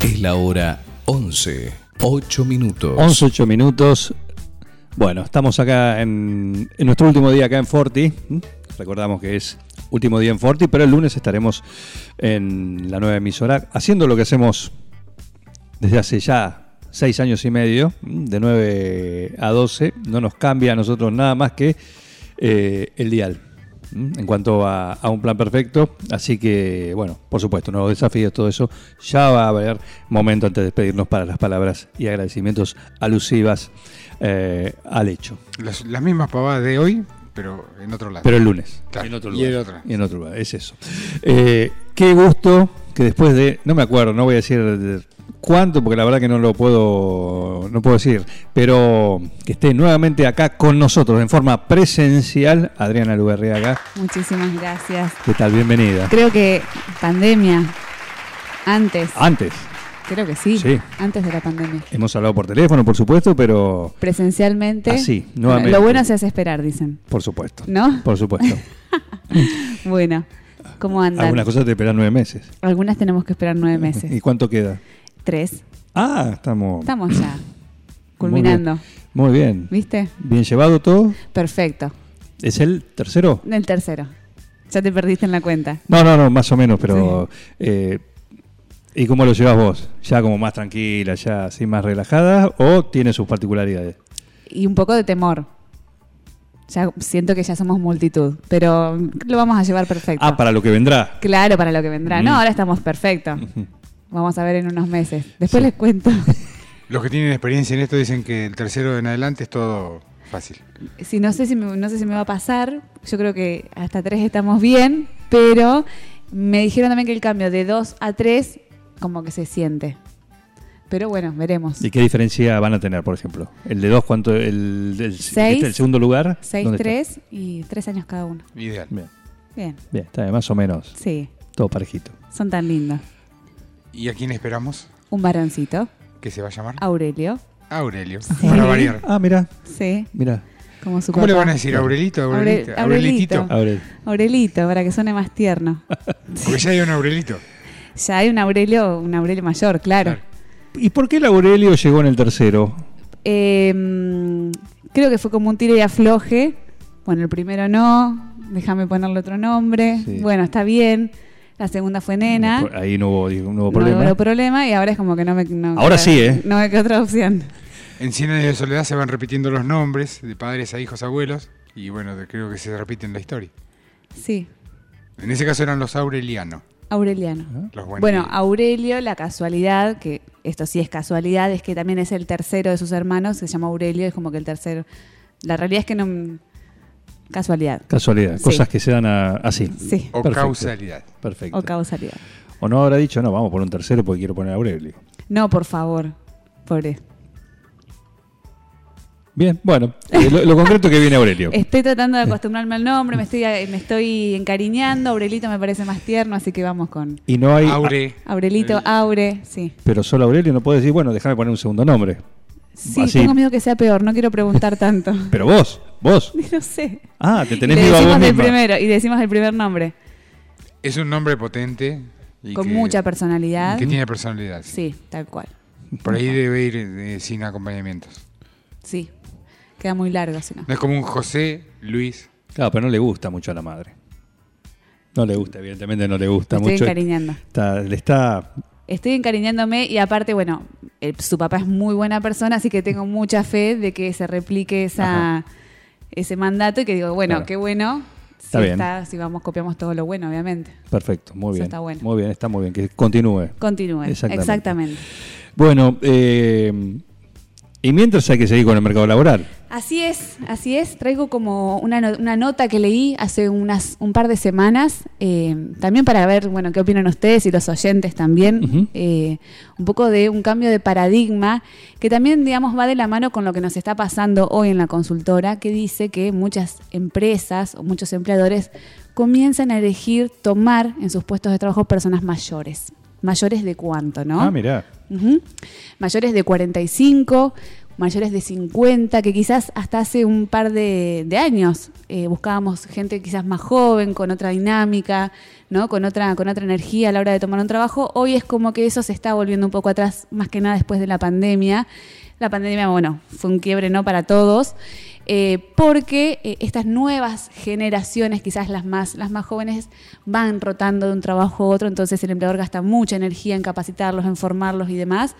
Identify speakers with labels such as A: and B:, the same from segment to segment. A: Es la hora 11. 8 minutos.
B: 11, 8 minutos. Bueno, estamos acá en, en nuestro último día acá en Forti. ¿Mm? Recordamos que es último día en Forti, pero el lunes estaremos en la nueva emisora haciendo lo que hacemos desde hace ya 6 años y medio, ¿m? de 9 a 12. No nos cambia a nosotros nada más que eh, el dial. ¿m? En cuanto a, a un plan perfecto, así que, bueno, por supuesto, nuevos desafíos, todo eso. Ya va a haber momento antes de despedirnos para las palabras y agradecimientos alusivas eh, al hecho.
C: Las, las mismas pavadas de hoy, pero en otro lado.
B: Pero el lunes.
C: Claro,
B: En otro
C: y el
B: lugar.
C: otro.
B: Y en otro lugar, es eso. Eh, qué gusto que después de. No me acuerdo, no voy a decir de cuánto, porque la verdad que no lo puedo. No puedo decir. Pero que esté nuevamente acá con nosotros en forma presencial, Adriana Luberriaga.
D: Muchísimas gracias.
B: ¿Qué tal? Bienvenida.
D: Creo que pandemia. Antes.
B: Antes,
D: creo que sí.
B: Ah. Sí.
D: Antes de la pandemia.
B: hemos hablado por teléfono, por supuesto, pero.
D: Presencialmente.
B: Así, Ah, nuevamente.
D: Lo bueno se hace esperar, dicen.
B: Por supuesto.
D: ¿No?
B: Por supuesto.
D: Bueno. ¿Cómo andan?
B: Algunas cosas te esperan nueve meses.
D: Algunas tenemos que esperar nueve meses.
B: ¿Y cuánto queda?
D: Tres.
B: Ah, estamos.
D: Estamos ya culminando.
B: Muy bien. Muy bien.
D: ¿Viste?
B: Bien llevado todo.
D: Perfecto.
B: ¿Es el tercero?
D: El tercero. Ya te perdiste en la cuenta.
B: No, no, no, más o menos, pero... eh, ¿Y cómo lo llevas vos? ¿Ya como más tranquila, ya así más relajada o tiene sus particularidades?
D: Y un poco de temor. Ya siento que ya somos multitud, pero lo vamos a llevar perfecto.
B: Ah, para lo que vendrá.
D: Claro, para lo que vendrá. No,
B: Mm.
D: ahora estamos perfectos. Vamos a ver en unos meses. Después
B: Sí.
D: les cuento.
C: Los que tienen experiencia en esto dicen que el tercero en adelante es todo fácil.
D: Si no sé si me, no sé si me va a pasar. Yo creo que hasta tres estamos bien, pero me dijeron también que el cambio de dos a tres como que se siente. Pero bueno, veremos.
B: ¿Y qué diferencia van a tener, por ejemplo? ¿El de dos cuánto? ¿El, el, este,
D: Seis.
B: el segundo lugar?
D: Seis,
B: ¿Dónde está?
D: tres y tres años cada uno.
C: Ideal.
B: Bien,
D: Bien,
B: bien, está bien, más o menos.
D: sí.
B: Todo parejito.
D: Son tan lindos.
C: ¿Y a quién esperamos?
D: Un varoncito,
C: ¿Qué se va a llamar?
D: Aurelio.
C: Aurelio. Para variar.
B: Ah, mira,
D: Sí,
B: mira.
D: como su
C: ¿Cómo le
D: papá.
C: van a decir? ¿Aurelito? ¿Aurelito?
D: Aure-
C: ¿Aurelito?
D: Aurelito. Aurelito, para que suene más tierno.
C: Porque ya hay un Aurelito.
D: Ya hay un Aurelio, un Aurelio mayor, claro.
C: Claro.
B: ¿Y por qué el Aurelio llegó en el tercero?
D: Eh, mm, creo que fue como un tire y afloje. Bueno, el primero no, déjame ponerle otro nombre.
B: Sí.
D: Bueno, está bien. La segunda fue nena.
B: Ahí no hubo, no hubo
D: No
B: problema.
D: hubo problema y ahora es como que no me. no
B: Ahora
D: queda-
B: sí, ¿eh?
D: No me queda otra opción.
C: En 100 años de soledad se van repitiendo los nombres de padres a hijos, abuelos. Y bueno, de- creo que se repite en la historia.
D: Sí,
C: En ese caso eran los Aureliano.
D: Aureliano.
C: Ah. Los buenos.
D: Bueno, Aurelio, la casualidad, que esto sí es casualidad, es que también es el tercero de sus hermanos, se llama Aurelio, es como que el tercero. La realidad es que no. Casualidad.
B: Casualidad,
D: Sí.
B: cosas que se dan a- así.
D: Sí,
C: o
B: perfecto.
C: causalidad.
B: Perfecto.
D: o causalidad.
B: O no habrá dicho, no, vamos por un tercero porque quiero poner a Aurelio.
D: No, por favor, pobre.
B: Bien, bueno, eh, lo, lo concreto que viene Aurelio.
D: Estoy tratando de acostumbrarme al nombre, me estoy, eh, me estoy encariñando. Aurelito me parece más tierno, así que vamos con
B: Y no hay.
C: Aure.
D: Aurelito, Aure, sí.
B: Pero solo Aurelio no puede decir, bueno, déjame poner un segundo nombre.
D: Sí,
B: Así.
D: tengo miedo que sea peor, no quiero preguntar tanto.
B: Pero vos, vos.
D: no sé.
B: Ah, te tenés
D: Y le
B: miedo a vos
D: decimos el
B: misma.
D: primero y decimos el primer nombre.
C: Es un nombre potente. y
D: con
C: que-
D: mucha personalidad.
C: Que tiene personalidad. sí.
D: Sí, tal cual.
C: Por ahí debe ir eh, sin acompañamientos.
D: Sí. Queda muy largo, si no.
C: No es como un José, Luis.
B: Claro, pero no le gusta mucho a la madre. No le gusta, evidentemente no le gusta
D: Me estoy
B: mucho.
D: encariñando.
B: Está- le está.
D: Estoy encariñándome y aparte, bueno, el- su papá es muy buena persona, así que tengo mucha fe de que se replique esa, ese mandato y que digo, bueno,
B: Claro.
D: qué bueno.
B: Está
D: si
B: bien.
D: si vamos, copiamos todo lo bueno, obviamente.
B: Perfecto, muy
D: Eso
B: bien.
D: está bueno.
B: Muy bien, está muy bien. Que continúe.
D: Continúe.
B: Exactamente.
D: Exactamente.
B: Bueno, eh, Y mientras hay que seguir con el mercado laboral.
D: Así es, así es. Traigo como una, no- una nota que leí hace unas, un par de semanas, eh, también para ver, bueno, qué opinan ustedes y los oyentes también,
B: Ujú.
D: eh, un poco de un cambio de paradigma que también, digamos, va de la mano con lo que nos está pasando hoy en la consultora, que dice que muchas empresas o muchos empleadores comienzan a elegir tomar en sus puestos de trabajo personas mayores. ¿Mayores de cuánto, no?
B: Ah, mirá.
D: Ujú. Mayores de 45, mayores de 50, que quizás hasta hace un par de, de años eh, buscábamos gente quizás más joven, con otra dinámica, ¿no? con, otra, con otra energía a la hora de tomar un trabajo. Hoy es como que eso se está volviendo un poco atrás, más que nada después de la pandemia. La pandemia, bueno, fue un quiebre no para todos, eh, porque eh, estas nuevas generaciones, quizás las más, las más jóvenes, van rotando de un trabajo a otro, entonces el empleador gasta mucha energía en capacitarlos, en formarlos y demás,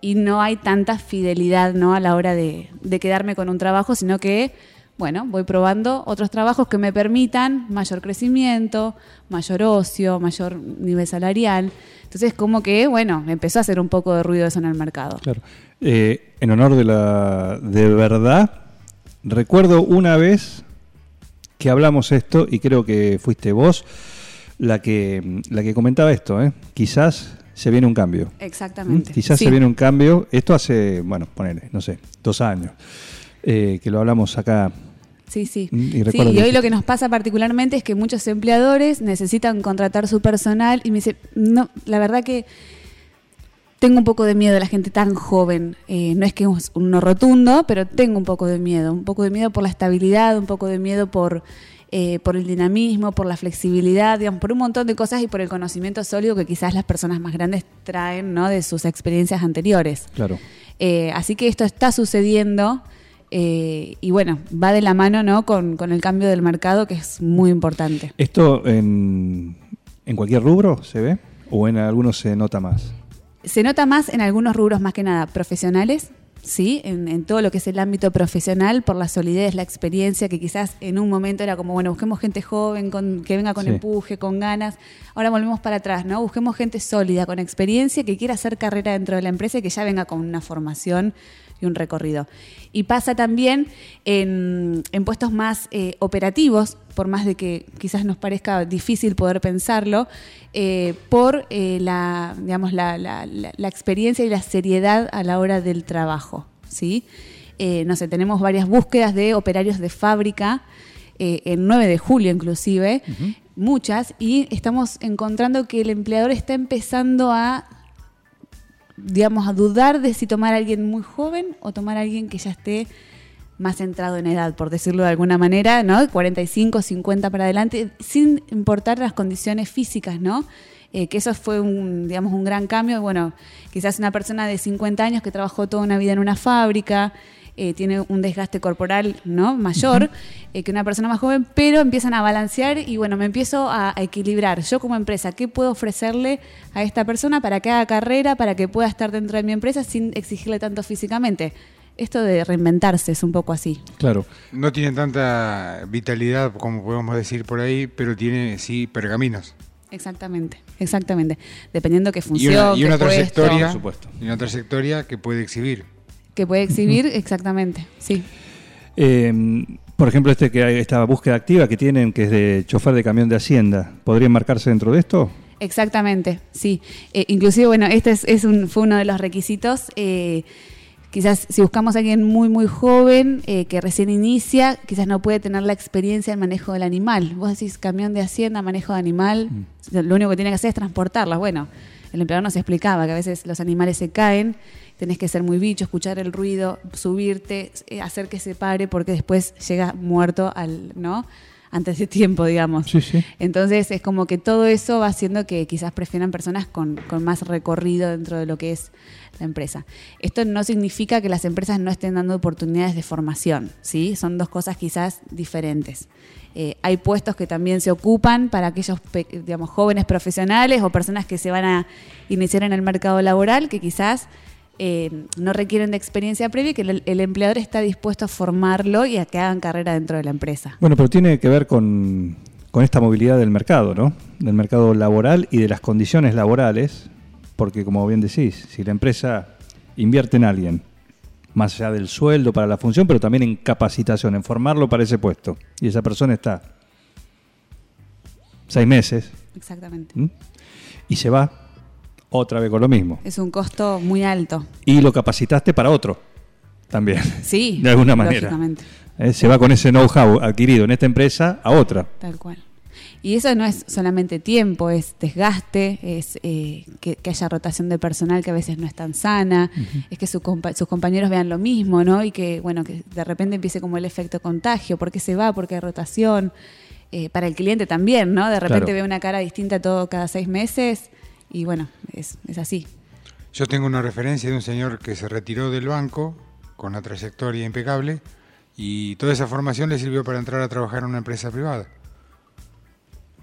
D: y no hay tanta fidelidad ¿no? a la hora de, de quedarme con un trabajo, sino que, bueno, voy probando otros trabajos que me permitan mayor crecimiento, mayor ocio, mayor nivel salarial. Entonces, como que, bueno, empezó a hacer un poco de ruido eso en el mercado.
B: Claro. Eh, en honor de la de verdad, recuerdo una vez que hablamos esto y creo que fuiste vos la que la que comentaba esto, ¿eh? Quizás se viene un cambio.
D: Exactamente.
B: ¿Mm? Quizás
D: Sí.
B: se viene un cambio. Esto hace, bueno, ponele, no sé, dos años eh, que lo hablamos acá.
D: Sí, sí.
B: Mm, y
D: Sí,
B: recuerdo
D: y
B: que-
D: hoy lo que nos pasa particularmente es que muchos empleadores necesitan contratar su personal y me dice, no, la verdad que tengo un poco de miedo de la gente tan joven. Eh, no es que es un no rotundo, pero tengo un poco de miedo. Un poco de miedo por la estabilidad, un poco de miedo por, eh, por el dinamismo, por la flexibilidad, digamos, por un montón de cosas y por el conocimiento sólido que quizás las personas más grandes traen ¿no? de sus experiencias anteriores.
B: Claro.
D: Eh, así que esto está sucediendo eh, y bueno, va de la mano ¿no? con, con el cambio del mercado que es muy importante.
B: ¿Esto en, en cualquier rubro se ve? ¿O en algunos se nota más?
D: Se nota más en algunos rubros más que nada profesionales, ¿sí? En, en todo lo que es el ámbito profesional por la solidez, la experiencia que quizás en un momento era como, bueno, busquemos gente joven, con, que venga con
B: Sí.
D: empuje, con ganas. Ahora volvemos para atrás, ¿no? Busquemos gente sólida, con experiencia, que quiera hacer carrera dentro de la empresa y que ya venga con una formación y un recorrido. Y pasa también en, en puestos más eh, operativos, por más de que quizás nos parezca difícil poder pensarlo, eh, por eh, la, digamos, la, la- la- la experiencia y la seriedad a la hora del trabajo. ¿sí? Eh, no sé, tenemos varias búsquedas de operarios de fábrica, eh, el 9 de julio inclusive, muchas, y estamos encontrando que el empleador está empezando a digamos, a dudar de si tomar a alguien muy joven o tomar a alguien que ya esté más centrado en edad, por decirlo de alguna manera, ¿no? De 45, 50 para adelante, sin importar las condiciones físicas, ¿no? Eh, que eso fue un, digamos, un gran cambio. Bueno, quizás una persona de 50 años que trabajó toda una vida en una fábrica, eh, tiene un desgaste corporal ¿no? mayor eh, que una persona más joven, pero empiezan a balancear y bueno, me empiezo a, a equilibrar. Yo como empresa, ¿qué puedo ofrecerle a esta persona para que haga carrera, para que pueda estar dentro de mi empresa sin exigirle tanto físicamente? Esto de reinventarse es un poco así.
B: Claro.
C: No tienen tanta vitalidad, como podemos decir por ahí, pero tiene sí pergaminos.
D: Exactamente, exactamente. Dependiendo qué
C: Y
D: función,
C: una, y
D: qué
C: una
D: puesto,
C: trayectoria.
B: Por supuesto.
C: Y una trayectoria que puede exhibir.
D: que puede exhibir, exactamente, sí.
B: Eh, por ejemplo, este que hay- esta búsqueda activa que tienen, que es de chofer de camión de Hacienda, ¿podría marcarse dentro de esto?
D: Exactamente, sí. Eh, inclusive, bueno, este es, es un, fue uno de los requisitos. eh, quizás si buscamos a alguien muy, muy joven, eh, que recién inicia, quizás no puede tener la experiencia en manejo del animal. Vos decís camión de hacienda, manejo de animal,
B: Mm.
D: lo único que tiene que hacer es transportarlos. Bueno, el empleador nos explicaba que a veces los animales se caen, tenés que ser muy bicho, escuchar el ruido, subirte, eh, hacer que se pare, porque después llega muerto al, ¿no? Antes de tiempo, digamos.
B: Sí, sí.
D: Entonces es como que todo eso va haciendo que quizás prefieran personas con, con más recorrido dentro de lo que es la empresa. Esto no significa que las empresas no estén dando oportunidades de formación, ¿sí? Son dos cosas quizás diferentes. Eh, hay puestos que también se ocupan para aquellos pe- digamos, jóvenes profesionales o personas que se van a iniciar en el mercado laboral que quizás eh, no requieren de experiencia previa y que el, el empleador está dispuesto a formarlo y a que hagan carrera dentro de la empresa.
B: Bueno, pero tiene que ver con, con esta movilidad del mercado, ¿no? Del mercado laboral y de las condiciones laborales, porque como bien decís, si la empresa invierte en alguien, más allá del sueldo para la función, pero también en capacitación, en formarlo para ese puesto. Y esa persona está seis meses
D: Exactamente.
B: ¿m? y se va otra vez con lo mismo.
D: Es un costo muy alto.
B: Y lo capacitaste para otro también.
D: Sí.
B: De alguna manera.
D: lógicamente.
B: Eh, se va con ese know-how adquirido en esta empresa a otra.
D: Tal cual. Y eso no es solamente tiempo, es desgaste, es eh, que, que haya rotación de personal que a veces no es tan sana, es que su compa- sus compañeros vean lo mismo, ¿no? Y que, bueno, que de repente empiece como el efecto contagio, porque se va, porque hay rotación. Eh, para el cliente también, ¿no? De repente
B: Claro.
D: ve una cara distinta todo cada seis meses y bueno, es, es así.
C: Yo tengo una referencia de un señor que se retiró del banco con una trayectoria impecable y toda esa formación le sirvió para entrar a trabajar en una empresa privada.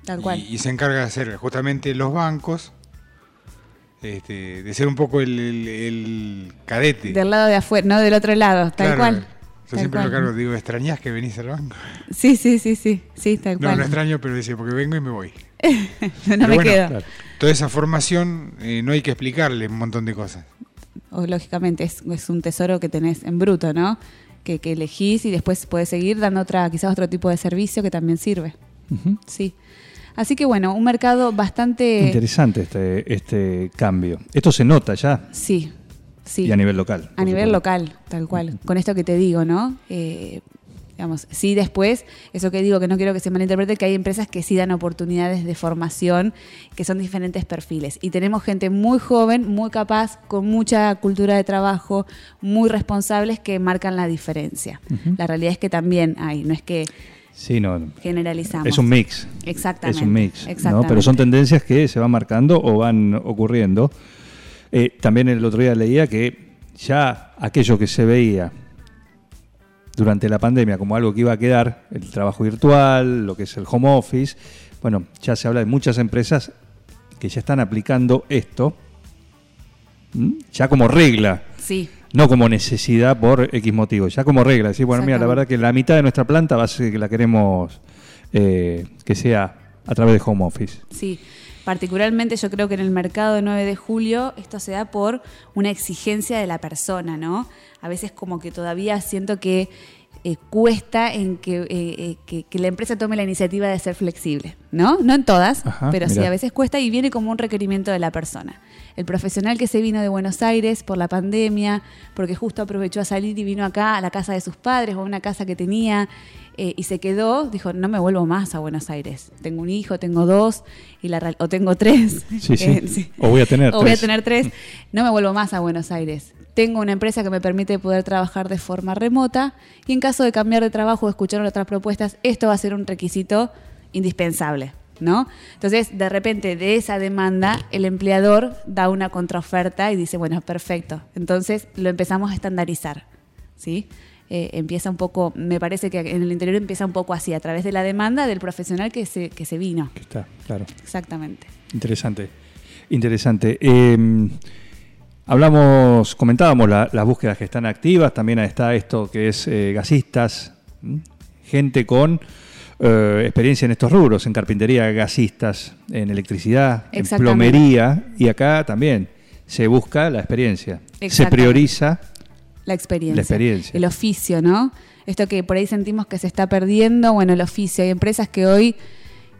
D: Tal
C: Y-
D: cual.
C: Y, se encarga de hacer justamente los bancos, este, de ser un poco el, el- el cadete.
D: Del lado de afuera, no del otro lado, tal
C: Claro,
D: cual.
C: Yo
D: Tal
C: siempre lo
D: cual.
C: cargo, digo, ¿extrañás que venís al banco?
D: Sí, sí, sí, sí, sí, tal
C: No,
D: cual.
C: no extraño, pero decía, porque vengo y me voy.
D: No
C: Pero
D: me
C: bueno,
D: quedo.
C: Toda esa formación eh, no hay que explicarle un montón de cosas.
D: o lógicamente es, es un tesoro que tenés en bruto, ¿no? Que, que elegís y después podés seguir dando otra, quizás otro tipo de servicio que también sirve. Sí. Así que bueno, un mercado bastante.
B: Interesante este, este cambio. Esto se nota ya
D: Sí, sí.
B: y a nivel local.
D: A
B: por
D: nivel
B: supuesto.
D: local, tal cual. Con esto que te digo, ¿no? Eh, digamos, sí, después, eso que digo, que no quiero que se malinterprete, que hay empresas que sí dan oportunidades de formación, que son diferentes perfiles. Y tenemos gente muy joven, muy capaz, con mucha cultura de trabajo, muy responsables que marcan la diferencia. La realidad es que también hay, no es que
B: Sí, no. no.
D: generalizamos.
B: Es un mix.
D: Exactamente.
B: Es un mix. ¿no?
D: exactamente.
B: Pero son tendencias que se van marcando o van ocurriendo. Eh, también el otro día leía que ya aquello que se veía durante la pandemia como algo que iba a quedar, el trabajo virtual, lo que es el home office, bueno, ya se habla de muchas empresas que ya están aplicando esto ¿m? ya como regla.
D: Sí,
B: No como necesidad por X motivo, ya como regla. Decir, bueno, mira, la verdad que la mitad de nuestra planta va a ser que la queremos eh, que sea a través de home office.
D: Sí, particularmente yo creo que en el mercado de 9 de julio esto se da por una exigencia de la persona, ¿no? A veces como que todavía siento que eh, cuesta en que, eh, eh, que- que la empresa tome la iniciativa de ser flexible, ¿no? No en todas,
B: Ajá,
D: pero sí
B: mirá.
D: a veces cuesta y viene como un requerimiento de la persona. El profesional que se vino de Buenos Aires por la pandemia, porque justo aprovechó a salir y vino acá a la casa de sus padres o a una casa que tenía eh, y se quedó, dijo, no me vuelvo más a Buenos Aires. Tengo un hijo, tengo dos y la, real- o tengo tres.
B: Sí, sí. O voy a tener
D: O voy a
B: tres.
D: tener tres. No me vuelvo más a Buenos Aires. Tengo una empresa que me permite poder trabajar de forma remota y en caso de cambiar de trabajo o escuchar otras propuestas, esto va a ser un requisito indispensable, ¿no? Entonces, de repente, de esa demanda, el empleador da una contraoferta y dice, bueno, perfecto. Entonces, lo empezamos a estandarizar, ¿sí? Eh, empieza un poco, me parece que en el interior empieza un poco así, a través de la demanda del profesional que se, que se vino.
B: Que está, claro.
D: Exactamente.
B: Interesante. Interesante. Eh, hablamos, comentábamos la- las búsquedas que están activas, también está esto que es eh, gasistas, ¿m? gente con eh, experiencia en estos rubros, en carpintería, gasistas, en electricidad, en
D: Exactamente.
B: plomería, y acá también se busca la experiencia, se
D: Exactamente.
B: prioriza.
D: La experiencia.
B: La experiencia.
D: El oficio, ¿no? Esto que por ahí sentimos que se está perdiendo, bueno, el oficio. Hay empresas que hoy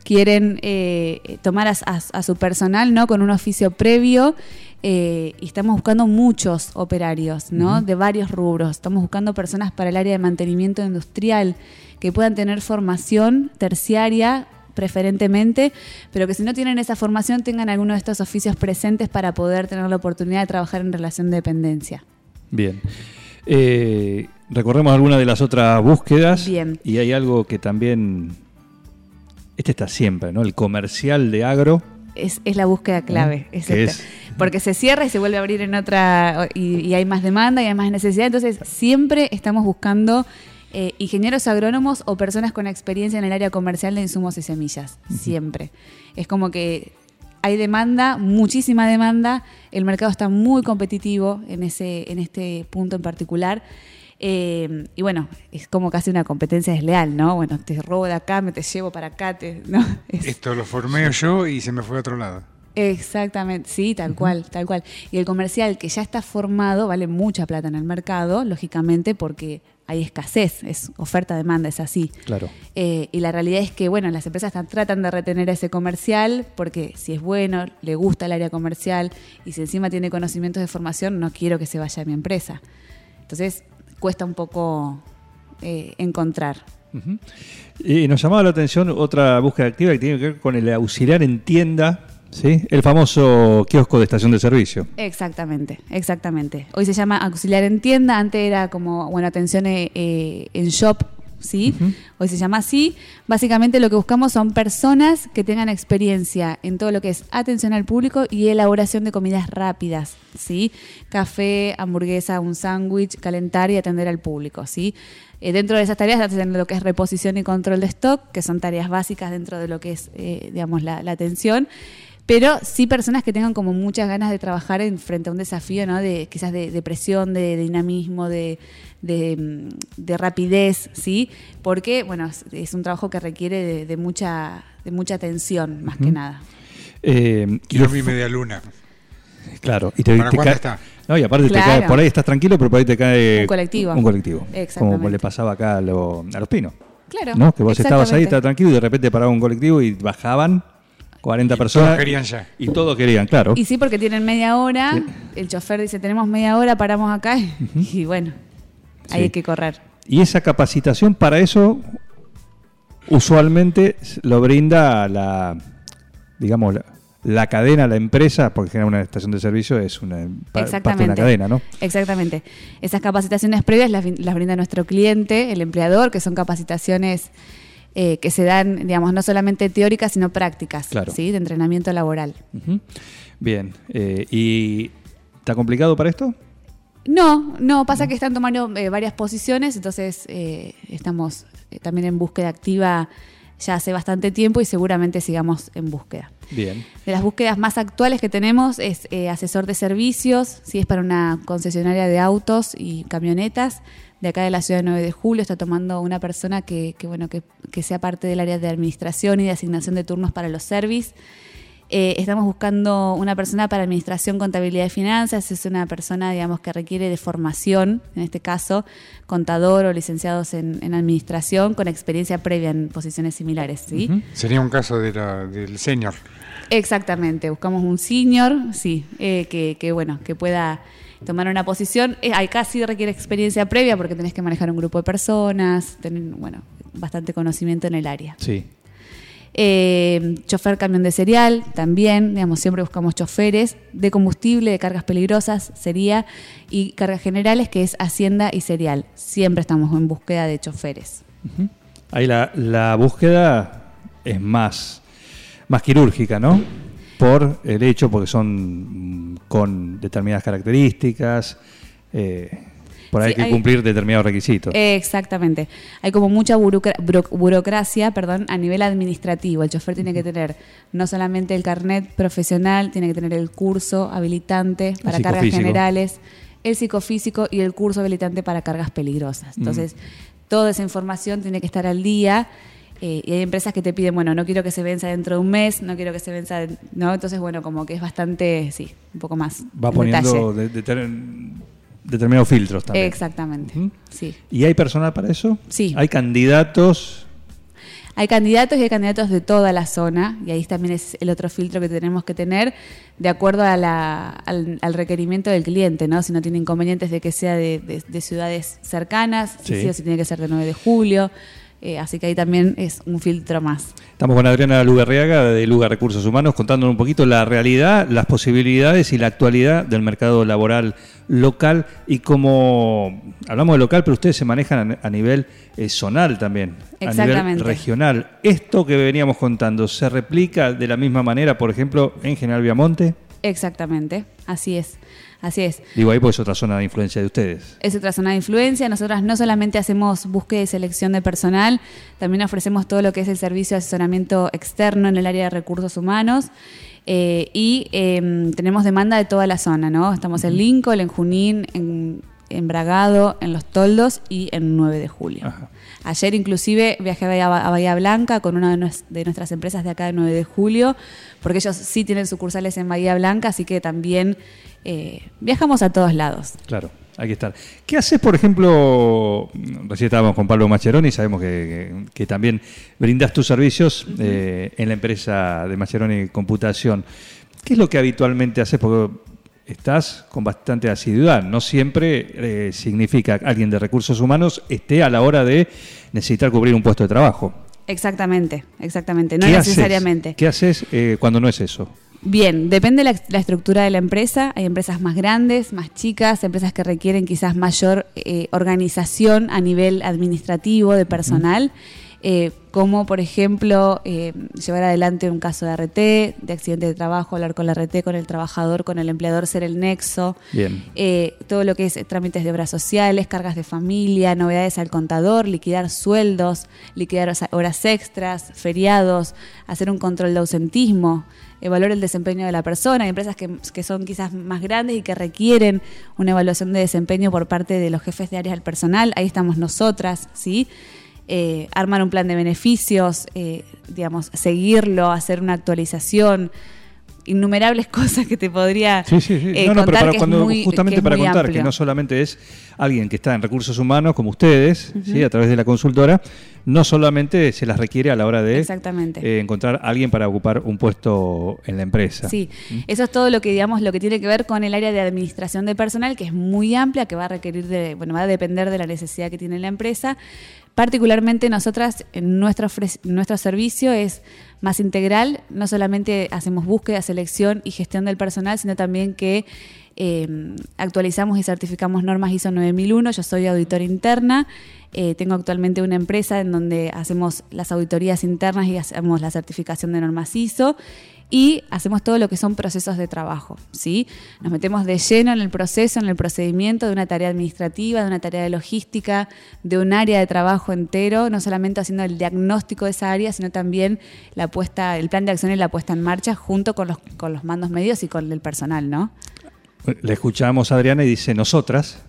D: quieren eh, tomar a, a- a su personal, ¿no? Con un oficio previo eh, y estamos buscando muchos operarios, ¿no? De varios rubros. Estamos buscando personas para el área de mantenimiento industrial que puedan tener formación terciaria preferentemente, pero que si no tienen esa formación tengan alguno de estos oficios presentes para poder tener la oportunidad de trabajar en relación de dependencia.
B: Bien. Eh, recorremos alguna de las otras búsquedas.
D: Bien.
B: Y hay algo que también. Este está siempre, ¿no? El comercial de agro.
D: Es, es la búsqueda clave.
B: Mm, ¿Qué
D: Es
B: es?
D: esta. Porque se cierra y se vuelve a abrir en otra, y, y hay más demanda y hay más necesidad. Entonces, siempre estamos buscando eh, ingenieros agrónomos o personas con experiencia en el área comercial de insumos y semillas. Siempre. Es como que hay demanda, muchísima demanda. El mercado está muy competitivo en, ese, en este punto en particular. Eh, y bueno, es como casi una competencia desleal, ¿no? Bueno, te robo de acá, me te llevo para acá, te, ¿no? Es-
C: Esto lo formé yo y se me fue a otro lado.
D: Exactamente, sí, tal cual, tal cual. Y el comercial que ya está formado vale mucha plata en el mercado, lógicamente, porque hay escasez, es oferta-demanda, es así.
B: Claro.
D: Eh, y la realidad es que, bueno, las empresas tan- tratan de retener a ese comercial porque si es bueno, le gusta el área comercial y si encima tiene conocimientos de formación, no quiero que se vaya a mi empresa. Entonces, cuesta un poco eh, encontrar.
B: Y nos llamaba la atención otra búsqueda activa que tiene que ver con el auxiliar en tienda, ¿sí? El famoso kiosco de estación de servicio.
D: Exactamente, exactamente. Hoy se llama auxiliar en tienda, antes era como, bueno, atención eh, eh, en shop, ¿sí? Hoy se llama así. Básicamente lo que buscamos son personas que tengan experiencia en todo lo que es atención al público y elaboración de comidas rápidas, ¿sí? Café, hamburguesa, un sándwich, calentar y atender al público, ¿sí? Eh, dentro de esas tareas hacen lo que es reposición y control de stock, que son tareas básicas dentro de lo que es, eh, digamos, la, la atención pero sí personas que tengan como muchas ganas de trabajar en frente a un desafío, ¿no? De quizás de, de presión, de, dinamismo, de, de, mm, de rapidez, ¿sí? Porque, bueno, es, es un trabajo que requiere de, de mucha de mucha atención, más que nada.
B: Eh,
C: Quiero mi media luna.
B: Claro, y te,
C: ¿Para
B: te
C: cuándo
B: cae-
C: está?
B: No, y aparte te
D: Claro.
B: cae- por ahí estás tranquilo, pero por ahí te cae
D: Un colectivo.
B: Un colectivo.
D: Exactamente.
B: Como le pasaba acá a, lo- a los pinos.
D: Claro.
B: ¿no? Que vos estabas ahí,
D: exactamente.
B: estabas tranquilo y de repente paraba un colectivo y bajaban 40 personas.
C: todos querían ya.
B: Y todos querían, claro.
D: Y sí, porque tienen media hora, el chofer dice, tenemos media hora, paramos acá, y bueno,
B: Sí.
D: hay que correr.
B: Y esa capacitación para eso usualmente lo brinda la, digamos, la, la cadena, la empresa, porque generar una estación de servicio es una pa- parte de una cadena, ¿no?
D: Exactamente. Esas capacitaciones previas las, vin- las brinda nuestro cliente, el empleador, que son capacitaciones eh, que se dan, digamos, no solamente teóricas, sino prácticas,
B: Claro.
D: ¿sí? De entrenamiento laboral.
B: Ujú. Bien, eh, ¿y está complicado para esto?
D: No, no, pasa que están tomando eh, varias posiciones, entonces eh, estamos eh, también en búsqueda activa ya hace bastante tiempo y seguramente sigamos en búsqueda.
B: Bien.
D: De las búsquedas más actuales que tenemos es eh, asesor de servicios, si es para una concesionaria de autos y camionetas. De acá de la ciudad de 9 de julio está tomando una persona que, que, bueno, que, que sea parte del área de administración y de asignación de turnos para los service. Eh, estamos buscando una persona para administración, contabilidad y finanzas. Es una persona, digamos, que requiere de formación, en este caso, contador o licenciados en, en administración, con experiencia previa en posiciones similares. ¿sí?
C: Sería un caso de la- del senior.
D: Exactamente, buscamos un senior, sí, eh, que, que, bueno, que pueda tomar una posición. Eh, acá sí requiere experiencia previa porque tenés que manejar un grupo de personas, tener, bueno, bastante conocimiento en el área.
B: Sí.
D: Eh, chofer camión de cereal, también, digamos, siempre buscamos choferes de combustible, de cargas peligrosas, sería, y cargas generales, que es hacienda y cereal. Siempre estamos en búsqueda de choferes.
B: Ahí la, la búsqueda es más, más quirúrgica, ¿no? Por el hecho, porque son mm, con determinadas características, eh, por ahí
D: Sí,
B: hay que
D: hay-
B: cumplir determinados requisitos.
D: Eh, Exactamente. Hay como mucha burucra- buro- burocracia perdón, a nivel administrativo. El chofer tiene que tener no solamente el carnet profesional, tiene que tener el curso habilitante para cargas
B: psicofísico.
D: generales, el psicofísico y el curso habilitante para cargas peligrosas. Entonces, toda esa información tiene que estar al día. eh, y hay empresas que te piden, bueno, no quiero que se venza dentro de un mes, no quiero que se venza, de- ¿no? Entonces, bueno, como que es bastante, sí, un poco más.
B: Va
D: en
B: poniendo
D: detalle.
B: de- deter- determinados filtros también.
D: Exactamente,
B: Ujú.
D: sí.
B: ¿Y hay personal para eso?
D: Sí.
B: ¿Hay candidatos?
D: Hay candidatos y hay candidatos de toda la zona, y ahí también es el otro filtro que tenemos que tener de acuerdo a la- al, al requerimiento del cliente, ¿no? Si no tiene inconvenientes de que sea de, de- de ciudades cercanas, si
B: Sí.
D: sí o si tiene que ser de 9 de julio, eh, así que ahí también es un filtro más.
B: Estamos con Adriana Lugarriaga de Lugar Recursos Humanos contándonos un poquito la realidad, las posibilidades y la actualidad del mercado laboral local y cómo hablamos de local, pero ustedes se manejan a a nivel eh, zonal también, a nivel
D: Exactamente.
B: regional. Esto que veníamos contando se replica de la misma manera, por ejemplo, en General Viamonte.
D: Exactamente, así es, así es.
B: Digo ahí porque es otra zona de influencia de ustedes.
D: es otra zona de influencia. Nosotras no solamente hacemos búsqueda y selección de personal, también ofrecemos todo lo que es el servicio de asesoramiento externo en el área de recursos humanos. em, eh, y eh, tenemos demanda de toda la zona, ¿no? Estamos en Lincoln, en Junín, en en Bragado, en Los Toldos y en 9 de julio. Ayer inclusive viajé a Bahía, a Bahía Blanca con una de, nues- de nuestras empresas de acá de 9 de julio, porque ellos sí tienen sucursales en Bahía Blanca, así que también eh, viajamos a todos lados.
B: Claro, hay que estar. ¿Qué haces, por ejemplo? Recién estábamos con Pablo Macheroni, sabemos que, que- que también brindas tus servicios eh, en la empresa de Macheroni Computación. ¿Qué es lo que habitualmente haces? Porque estás con bastante asiduidad. No siempre eh, significa que alguien de recursos humanos esté a la hora de necesitar cubrir un puesto de trabajo.
D: Exactamente, exactamente, no
B: ¿Qué haces?
D: necesariamente.
B: ¿Qué haces eh, cuando no es eso?
D: Bien, depende la, la estructura de la empresa. Hay empresas más grandes, más chicas, empresas que requieren quizás mayor eh, organización a nivel administrativo de personal, eh, como por ejemplo eh, llevar adelante un caso de RT, de accidente de trabajo, hablar con la RT, con el trabajador, con el empleador, ser el nexo.
B: Bien.
D: Eh, todo lo que es eh, trámites de obras sociales, cargas de familia, novedades al contador, liquidar sueldos, liquidar horas- horas extras, feriados, hacer un control de ausentismo, evaluar el desempeño de la persona. Hay empresas que, que son quizás más grandes y que requieren una evaluación de desempeño por parte de los jefes de áreas del personal. Ahí estamos nosotras, ¿sí? Eh, armar un plan de beneficios, eh, digamos, seguirlo, hacer una actualización. Innumerables cosas que te podría
B: Sí, sí, sí.
D: eh,
B: no, no, pero
D: contar
B: para
D: que es
B: cuando-
D: muy-
B: justamente
D: que es
B: para
D: muy
B: contar que
D: amplio.
B: no solamente es alguien que está en recursos humanos como ustedes, ¿sí? a través de la consultora, no solamente se las requiere a la hora de
D: Exactamente.
B: eh, encontrar a alguien para ocupar un puesto en la empresa.
D: Sí, eso es todo lo que digamos, lo que tiene que ver con el área de administración de personal, que es muy amplia, que va a requerir de, bueno, va a depender de la necesidad que tiene la empresa. Particularmente nosotras, en nuestro, ofre- nuestro servicio es más integral, no solamente hacemos búsqueda, selección y gestión del personal, sino también que eh, actualizamos y certificamos normas ISO 9001, yo soy auditora interna, eh, tengo actualmente una empresa en donde hacemos las auditorías internas y hacemos la certificación de normas ISO y hacemos todo lo que son procesos de trabajo, ¿sí? Nos metemos de lleno en el proceso, en el procedimiento de una tarea administrativa, de una tarea de logística, de un área de trabajo entero, no solamente haciendo el diagnóstico de esa área, sino también la puesta, el plan de acción y la puesta en marcha junto con los, con los mandos medios y con el personal, ¿no?
B: La escuchamos a Adriana y dice nosotras,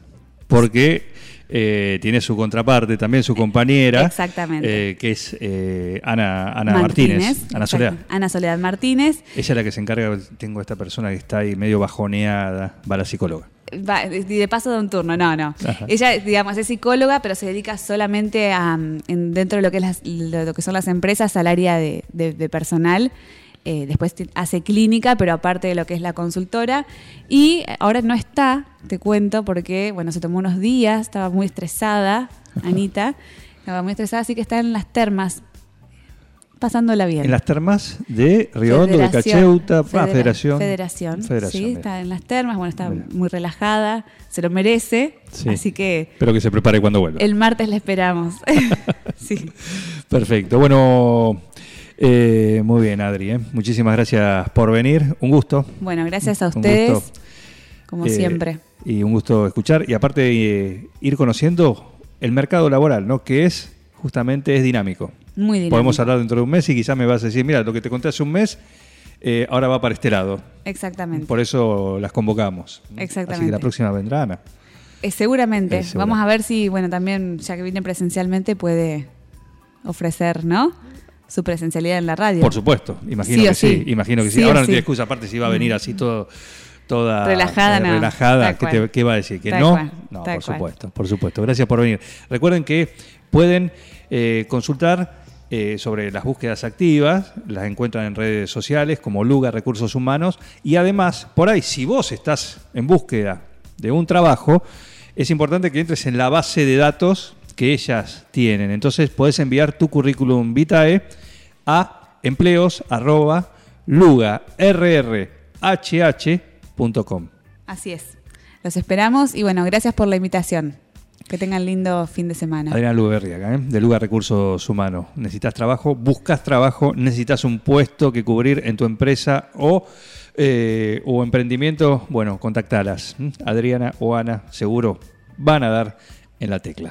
B: porque eh, tiene su contraparte también, su compañera,
D: Exactamente.
B: eh, que es eh, Ana, Ana
D: Martínez,
B: Martínez, Ana
D: exacto.
B: Soledad.
D: Ana Soledad Martínez.
B: Ella es la que se encarga, tengo esta persona que está ahí medio bajoneada, va a la psicóloga.
D: Va, y de paso de un turno, no, no.
B: Ajá.
D: Ella, digamos, es psicóloga, pero se dedica solamente a, mm, en- dentro de lo que, es las- lo, lo que son las empresas, al área de, de- de personal. Eh, después ti- hace clínica, pero aparte de lo que es la consultora. Y ahora no está, te cuento, porque, bueno, se tomó unos días, estaba muy estresada, Anita, estaba muy estresada, así que está en las termas, pasándola bien.
B: En las termas de Río Hondo, de
D: Federación,
B: Cacheuta, ah,
D: federa-
B: Federación.
D: Federación.
B: Federación,
D: sí,
B: bien.
D: está en las termas, bueno, está
B: Mira.
D: muy relajada, se lo merece.
B: Sí.
D: Así que
B: Espero que se prepare cuando vuelva.
D: el martes la esperamos. sí.
B: Perfecto. Bueno, eh, muy bien, Adri. ¿eh? Muchísimas gracias por venir. Un gusto.
D: Bueno, gracias a
B: Un
D: ustedes,
B: gusto.
D: como
B: Eh,
D: siempre.
B: Y un gusto escuchar. Y aparte, eh, ir conociendo el mercado laboral, ¿no? Que es, justamente, es dinámico.
D: Muy dinámico.
B: Podemos hablar dentro de un mes y quizás me vas a decir, mira, lo que te conté hace un mes, eh, ahora va para este lado.
D: Exactamente.
B: Por eso las convocamos. Así que
D: Exactamente.
B: la próxima vendrá Ana.
D: Eh, seguramente.
B: Eh, seguro.
D: Vamos a ver si, bueno, también, ya que viene presencialmente, puede ofrecer, ¿no? Su presencialidad en la radio.
B: Por supuesto, imagino
D: Sí o
B: que sí.
D: sí.
B: imagino que sí.
D: Sí o
B: Ahora no
D: sí.
B: tiene excusa, aparte si va a venir así todo, toda eh,
D: Relajada, no.
B: relajada.
D: Tal
B: ¿Qué, te-
D: cual.
B: qué va a decir? ¿Que
D: Tal
B: no?
D: cual,
B: No,
D: tal
B: por
D: cual.
B: supuesto, por supuesto. Gracias por venir. Recuerden que pueden eh, consultar eh, sobre las búsquedas activas, las encuentran en redes sociales como Luga Recursos Humanos y además, por ahí, si vos estás en búsqueda de un trabajo, es importante que entres en la base de datos que ellas tienen. Entonces podés enviar tu currículum vitae a empleos arroba luga rrhh.com.
D: Así es. Los esperamos y, bueno, gracias por la invitación. Que tengan lindo fin de semana.
B: Adriana Luberri acá, ¿eh? de Luga Recursos Humanos. Necesitas trabajo, buscas trabajo, necesitas un puesto que cubrir en tu empresa o, eh, o emprendimiento. Bueno, contactalas. ¿m? Adriana o Ana, seguro van a dar en la tecla.